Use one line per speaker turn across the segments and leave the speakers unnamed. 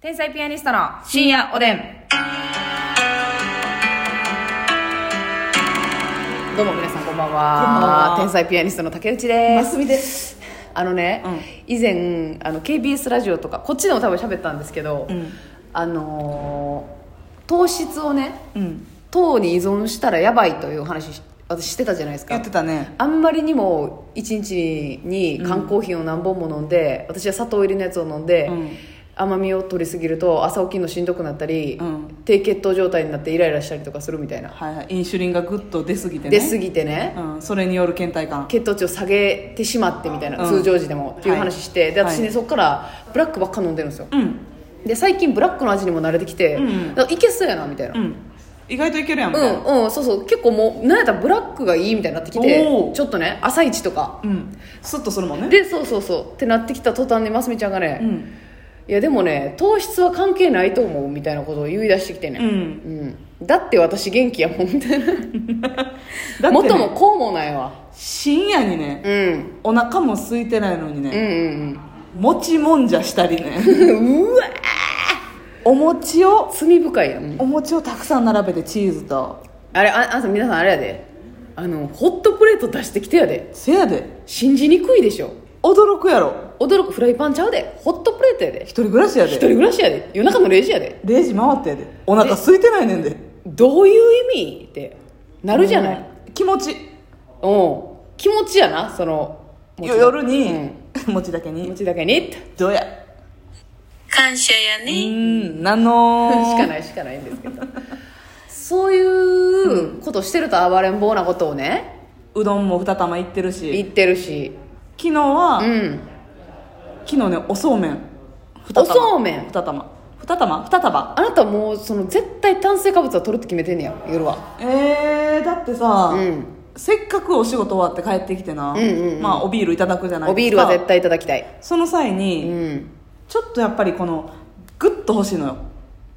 天才ピアニストの深夜おでん。どうも皆さんこんばん
こんばん
は。
は
天才ピアニストの竹内で。
ますすみです。
あのね、以前あの KBS ラジオとかこっちでも多分喋ったんですけど、
ん
あのー糖質をね、
うん。
糖に依存したらやばいという話し私してたじゃないです
や
か
って。たね。
あんまりにも1日に缶コーヒーを何本も飲んで、私は砂糖入りのやつを飲んで、
うん
甘みを取りすぎると朝起きるのしんどくなったり、
うん
低血糖状態になってイライラしたりとかするみたいな、
はいはい。インシュリンがぐっと出すぎてね。
出過ぎてね
うん。それによる倦怠感。
血糖値を下げてしまってみたいな、
うん
通常時でもっていう話して、で私ね、
はい
そこからブラックばっか飲んでるんですよ
うん。
で最近ブラックの味にも慣れてきて、
うん
だからいけそうやなみたいな、
うん。意外といけるやん。み
う
たいなん
うんそうそう結構もうなんやったらブラックがいいみたいになってきて
おー
ちょっとね朝一とか
うん。スッとするもんね。
でそうそうそうってなってきた途端にますみちゃんがね、
うん。
いやでもね糖質は関係ないと思うみたいなことを言い出してきてね、
うん。
うんだって私元気やもんみたいな、
だって
元も
ね
こうもないわ、
深夜にね、
うん、うん
お腹も空いてないのに
うん
ね、もちもんじゃしたりね。
うんうわ
お餅を、
罪深いやん
お餅をたくさん並べてチーズと。
あれああんた皆さんあれやであのホットプレート出してきてやで
せやで。
信じにくいでしょ
驚くやろ。
驚くフライパンちゃうでホットプレートやで
一人暮らしや
一
で。
人暮らしやで夜中の0時やで
0時回ってやで。お腹空いてないねんで。
どういう意味ってなるじゃない、
うん。気持ち。
うん気持ちやなその
よ夜に、
うん
餅だけ
気持
に
ちだけにって
どうや
感謝や
う
ね。
ーんなのー
しかないしかないんですけどそういうことしてると暴れん坊なことをね
うどんも2玉いってるし
言ってるし
昨日は、
うん
昨日ねおそうめん2
おそうめん
2玉2玉2束
あなたもうその絶対炭水化物は取るって決めてんねや夜は、
えー、だってさ、
うん、
せっかくお仕事終わって帰ってきてな、
んうんうん
まあおビールいただくじゃないですか
おビールは絶対いただきたい
その際
う
に、
ん
ちょっとやっぱりこのグッと欲しいのよ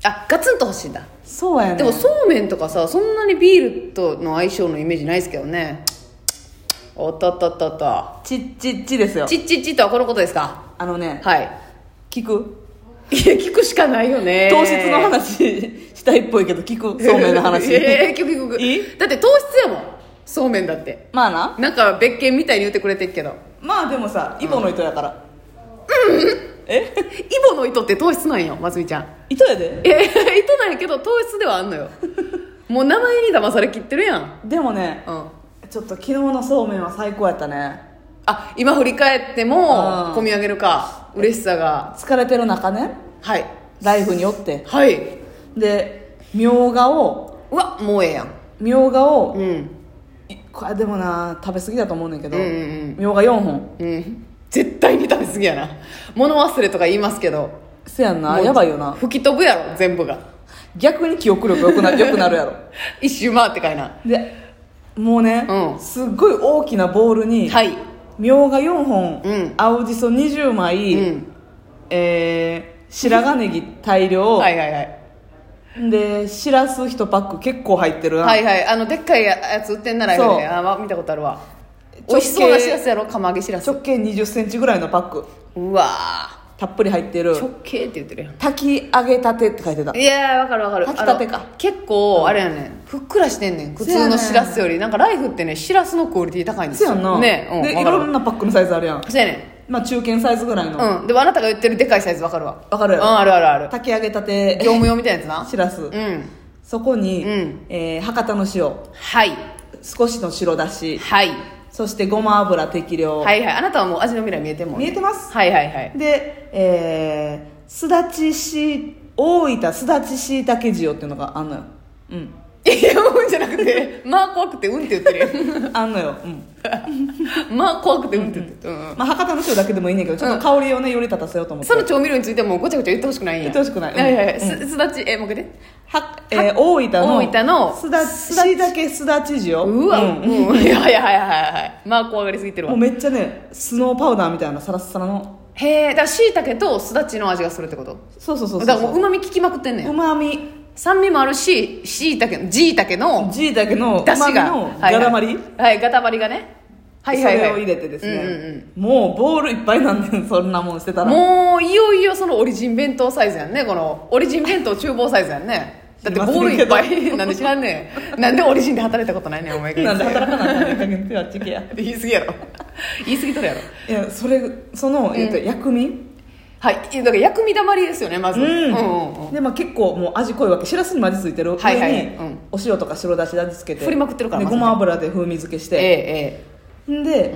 あガツンと欲しいんだ
そうやね
でもそうめんとかさそんなにビールとの相性のイメージないですけどねおっとっとっとっと
ちっちっちですよ
チッチッチッとはこのことですか
あのね
はい
聞く
いや聞くしかないよね
糖質 の話 したいっぽいけど聞くそうめんの話
ええ聞く聞く
い
だって糖質やもんそうめんだって
まあな
なんか別件みたいに言ってくれてるけど
まあでもさイボの糸やから、
イボの糸って糖質なんよますみちゃん
糸やで
え糸なんやけど糖質ではあんのよもう名前に騙されきってるやん
でもね
うん
ちょっと昨日のそうめんは最高やったね
あ今振り返って
う
も
ん
込み上げるか嬉しさが
疲れてる中ね
はい
ライフによって
はい
でみょうがを
うわもうええやん
みょうがを、
うん
いこれでもな食べ過ぎだと思うねんけど
うんうんうん
みょうが4本
うん絶対に食べ過ぎやな物忘れとか言いますけど
せやんな
もう
やばいよな
吹き飛ぶやろ全部が
逆に記憶力よくなよくなるや ろ
一周回ってかいな
でもうね、
うん
すっごい大きなボウルに
はい
みょうが4本、
うん
青じそ20枚、
うん
えー白髪ねぎ大量、
はいはいはい
でしらす1パック結構入ってるな、
はいはいあのでっかいやつ売ってんなら
そう
ねあま見たことあるわ
直径
美味しそうなしらすやろ釜揚げしらす
直径2 0ンチぐらいのパック
うわ
たっぷり入ってる
ー直径って言ってるやん
炊き上げたてって書いてた
いやーわかるわかる
炊きたてか
あの結構あれやねんふっくらしてんねん普
せ
通
やね
の
ん
しらすよりなんかライフってねしらすのクオリティ高いんです
そうや
よ
んな、
ねうん
でい
わかる
ろんなパックのサイズあるやん
そうやね
まあ中堅サイズぐらいの、
んうんでもあなたが言ってるでかいサイズわかるわ
わかる
うんあるあるある
炊き上げたて
業務用みたいなやつ
しらす、
なうん
そこに、
うん
えー博多の塩
はい
少しの白だし
はい
そしてごま油適量、
はいはいあなたはもう味の未来見えてんもん
見え
ね
てます
はいはいはい
でえーすだちし大分すだちしいたけ塩っていうのがあんのよ うん
いやうんじゃなくて まあ怖くてうんって言ってるやん
あんのよ、うん
まあ怖くてうんって 言ってる、うん
まあ、博多の塩だけでもいいねんけどちょっと香りをねより立たせようと思って、
その調味料についてもうごちゃごちゃ言ってほしくないんや
言ってほしくないうん
はいはいはいすすだちえもう一回ね
はえー大分の
大分の
すだ
すだち
しいたけすだち塩
うわ
ん
うん いやいやいやいやいやまあ怖がりすぎてる
も
わ
うめっちゃねスノーパウダーみたいなサラッサラの
へえだからしいたけとすだちの味がするってこと
そうそうそうそう
だからもううまみ効きまくってんね
うんまみ
酸味もあるししいたけじいたけの
じいだけのうま
だ
み
しが
の
はい
ガ
は
ラ
い
マリ
はいガタマリがねはいはいはい
それを入れてですね、
うんうん
もうボールいっぱいなんでそんなもんしてたら
もういよいよそのオリジン弁当サイズやんねこのオリジン弁当厨房サイズやんね だってボールいっぱ
知りませんけ
い なんで知らんねんなんでオリジンで働いたことないねん お前
なんで
言
働かないからいい加減手はちけや
い過ぎやろ言い過ぎとるやろ
いやそれその、えっと薬味
はいだから薬味だまりですよねまず、うんうんうん
で、まあ、結構もう味濃いわけしらすにまでついてるお
はいはい
に
うん
お塩とか白だし味付けて
振りまくってるから
で
まず
ごま油で風味付けし
え
て、
え
ん
ええ
で、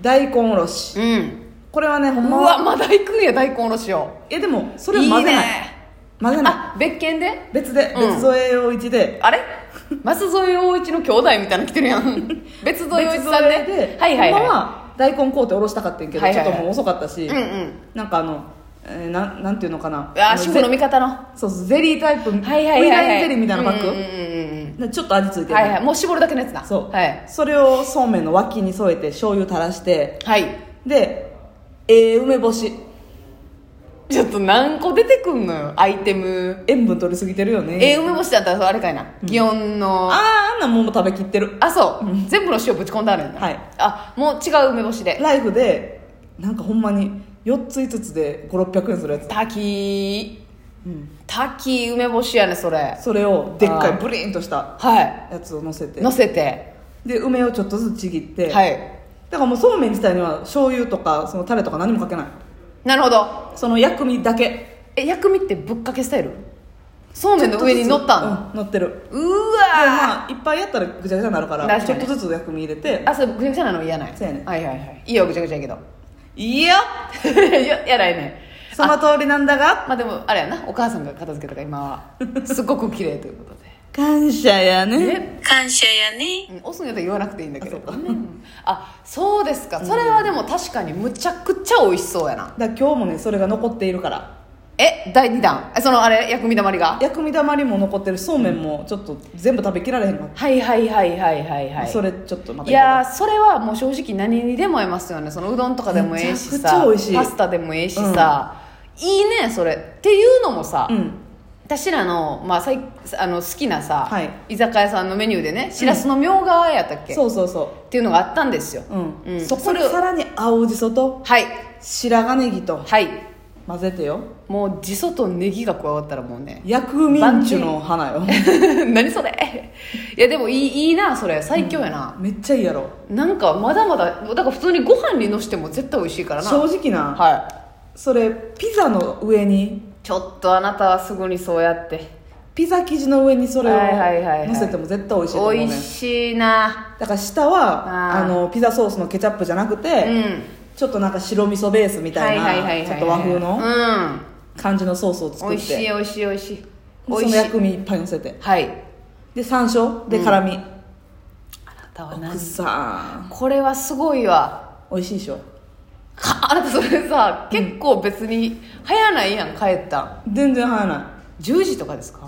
大根おろし
うんうん
これはねほん
う
ま
わまだ行くんや大根おろしを
いやでもそれは混ぜない
いいね
混ぜない
あ別件で
別で、
うん
別添えを一で
あれ舛添陽一の兄弟みたいなの来てるや ん別添陽一
別
さん
添え
ね
で、
はいはい
ほんま
は
は大根買うておろしたかったんけど、
はいはいは
ち
い
ょっともう遅かったし、
いうんうん
なんかあの、えー、なんなんていうのかな
あ
の
主婦
ゼ
の味方のは
そうそうゼリータイプ、はい
はいはいはい
ゼリーみたいなパック、
うんうんうん
でちょっと味付い
うん
てる、
はいはいもう絞るだけのやつだ
そう、
はい
それをそうめんの脇に添えて醤油垂らして
はい
でええ梅干し
ちょっと何個出てくんのよアイテム
塩分取りすぎてるよね
ええ梅干しだったらそうあれかいな祇園の
あーあんなもんも食べきってる
あそう全部の塩ぶち込んであるんだ
はい
あもう違う梅干しで
ライフでなんかほんまに4つ5つで5600円するやつ、
滝
うん、
滝梅干しやねそれ
それをでっか
あ
い
ー
ブリーンとした
はい
やつを乗せて
乗せて
で梅をちょっとずつちぎって、
はい
だからもうそうめん自体には醤油とかそのタレとか何もかけない
なるほど
その薬味だけ
え薬味ってぶっかけスタイルそうめんの上に乗ったん、
ん、うん、乗ってる
う
で
わ
まあいっぱいやったらぐちゃぐちゃになるから
確
ち
か
ょっ
に
とずつ薬味入れて
ーあそれぐちゃぐちゃなの嫌ない
そうやね
はいはいはいいいよぐちゃぐちゃやけど
いや
いややないね
その通りなんだが
まあでもあれやなお母さんが片付けたから今はすごく綺麗ということ で
感謝やね
え
感謝やね。
押すんやったら言わなくていいんだけどうんあそうですかそれはでも確かにむちゃくちゃ美味しそうやな
だから今日もねそれが残っているから
え第2弾えそのあれ薬味だまりが
薬味だまりも残ってるそうめんもちょっと全部食べきられへんかっ
はいはいはいはいはい
た、
はい
それちょっとまた
いやーそれはもう正直何にでも合いますよねそのうどんとかでもええし
めちゃくち
さ
ゃ美味しい
パスタでもええしさ、いいねそれっていうのもさ、
うん
私らの,、まあ、さいあの好きなさ、
はい
居酒屋さんのメニューでねしらすのみょうがやったっけ、
そう
っ
うそうそ
ていうのがあったんですよ、
ううん、
うん
そこに
それ
さらに青じそと
はい
白髪ネギと
はい
混ぜてよ
もうじそとネギが加わったらもうね
薬味んちゅの花よ
何それ いやでもいいいいなそれ最強や な、
めっちゃいいやろ
なんかまだまだだから普通にご飯にのしても絶対美味しいからな
正直な、
はい
それピザの上に
ちょっとあなたはすぐにそうやって
ピザ生地の上にそれを
はいはいはいはい
乗せても絶対美味しいと思う
美
ね
味しいな
だから下は
あー
あのピザソースのケチャップじゃなくて、
うん
ちょっとなんか白味噌ベースみたいなちょっと和風の
う
感じのソースを
ん
作
美
っ
味しい
て
美味しい美味しい美
そ
味
の
しい
薬味いっぱい乗せて
はい
で山椒で辛み、
あなたは
く
何
さ
これはすごいわ
ー美味しいでしょ
はあなたそれさ結構別に早ないやん帰ったん
全然入らな
10時とかですか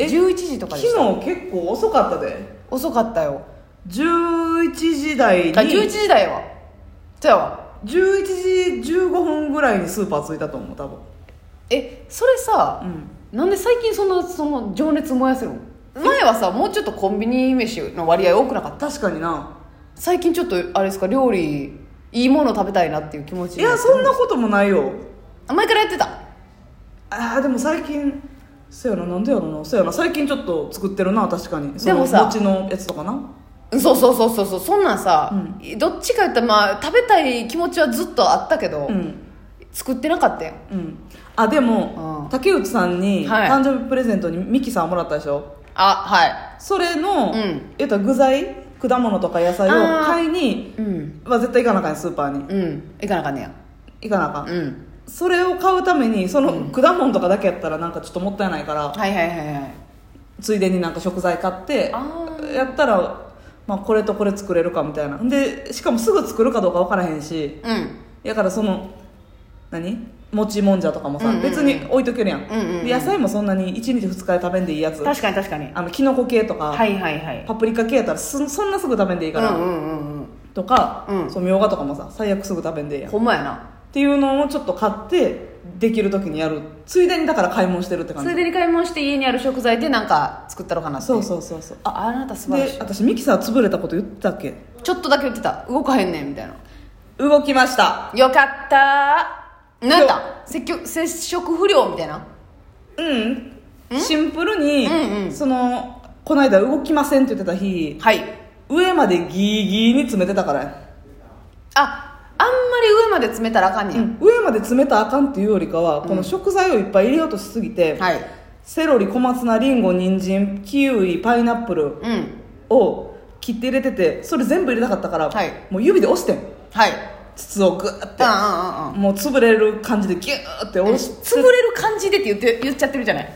え
11時とか
い
でした
昨日結構遅かったで
遅かったよ
11時台に
あ11時だよじゃあ
11時15分ぐらいにスーパー着いたと思う多分
えそれさ、
うん
なんで最近そんなその情熱燃やせるの前はさもうちょっとコンビニ飯の割合多くなかった
確かにな
最近ちょっとあれですか料理いいもの食べたいなっていう気持ち
いやそんなこともないよ
あ前からやってた
あーでも最近そうやななんでやろなそうやな最近ちょっと作ってるな確かにその
でもさ
餅のやつとかな
うんそうそうそうそうそうそんなんさ、
う
どっちか言ったらまあ食べたい気持ちはずっとあったけど、
うん
作ってなかったよ
うんあでも、
うん
竹内さんに
はい
誕生日プレゼントにミキさんもらったでしょ
あは
それの、
うん
えっと具材果物とか野菜
あ
を
ー
買いに
いうん
まあ、絶対行かなあかんやんスーパーに
うんいかなあかんねや
行かなあかん、
うん
それを買うためにその果物とかだけやったらなんかちょっともったいないから、
はいはいはいはい
ついでになんか食材買って
あー
やったら、まあ、これとこれ作れるかみたいなでしかもすぐ作るかどうか分からへんし
うん
やからその何餅もんじゃとかもさ、
うんうんうん
別に置いとけるやん,、
んうんうん
で野菜もそんなに1日2日で食べんでいいやつ
確かに確かに
あのキノコ系とか、
はいはいはい
パプリカ系やったらそそんなすぐ食べんでいいから、
うんうんうんうん
とか、
うん
そうみょうがとかもさ最悪すぐ食べんでいいやんっ
ほんまやな
ていうのをちょっと買ってできる時にやるついでにだから買い物してるって感
つ
じ
いでに買い物して家にある食材でなんか作ったのかなってい
そうそうそうそう
ああなた素晴らし
で
い
私ミキサー潰れたこと言ってたっけ
ちょっとだけ言ってた動かへんねんみたいな
動きました
よかったーなんだ接触接触不良みたいな
うんシンプルに、
うんうん
そのこの間動きませんって言ってた日
はい
上までギーギーに詰めてたからや、
ああんまり上まで詰めたらあかんねん、
上まで詰めたらあかんっていうよりかはこの食材をいっぱい入れようとしすぎて、
はい
セロリ小松菜りんご人参キウイパイナップル
うん
を切って入れててそれ全部入れたかったから、
はい
もう指で押してん
はい
筒をグーって、
うんうんうんうん
もう潰れる感じでギューって押し
潰れる感じでって言って言っちゃってるじゃない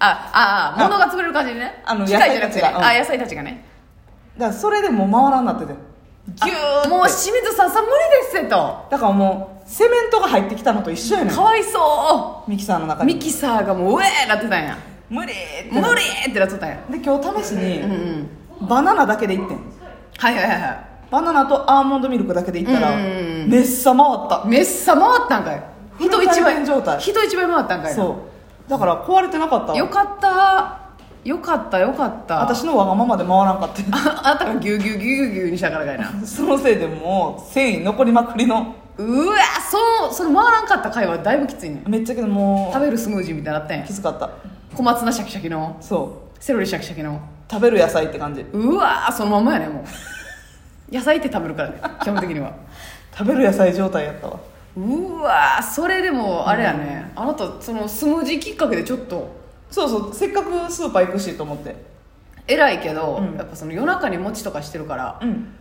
あああ
あ
物が潰れる感じでね
あの
機械じゃなくて
野菜たちがうん
あ野菜たちがね
だからそれでもう回らんなっててギューって
もう清水さんさ無理ですってと
だからもうセメントが入ってきたのと一緒やねん
かわいそ
ミキサーの
う
中
ミ
に
キサーがもうウェーなってたんや
無理って
無理ってなっとったんや
で今日試しに、
うんうん
バナナだけでいってん
はいはいはいはい
バナナとアーモンドミルクだけでいったら、
うんうんうん
めっさ回った
めっさ回ったんかい
フル
人一
回
倍
転状態
人一倍回ったんかいな
そうだから壊れてなかったわ
よかったよかったよかった
私のわがままで回らんかっ
ああなたがギュギュギュギュギュにしたからかいな
たそのせいでもう繊維残りまくりの
うわそのそれ回らんかった回はだいぶきついね
めっちゃけども
食べるスムージーみたいになったんや
うきつかった
小松菜シャキシャキの
そう
セロリシャキシャキの
食べる野菜って感じ
うわそのまんまやねもう野菜って食べるからね基本的には
食べる野菜状態やったわ
うわそれでもあれやね、あなたそのスムージーきっかけでちょっと
そうそうせっかくスーパー行くしと思って
偉いけど、
うん
やっぱその夜中に餅とかしてるから
うん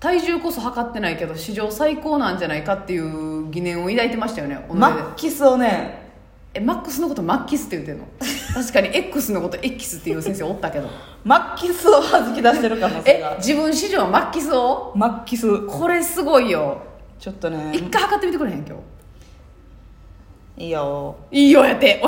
体重こそ測ってないけど史上最高なんじゃないかっていう疑念を抱いてましたよね
マ
己で
ッキスをね
えマックスのことマッキスって言ってんの確かに X のことエッキスっていう先生おったけど
マッキスをはじき出してる可能性
え
が
自分史上マッキスを
マッキス
これすごいよ
ちょっと
一
ね
回測ってみてくれへん今
いいよ
日いいよやってお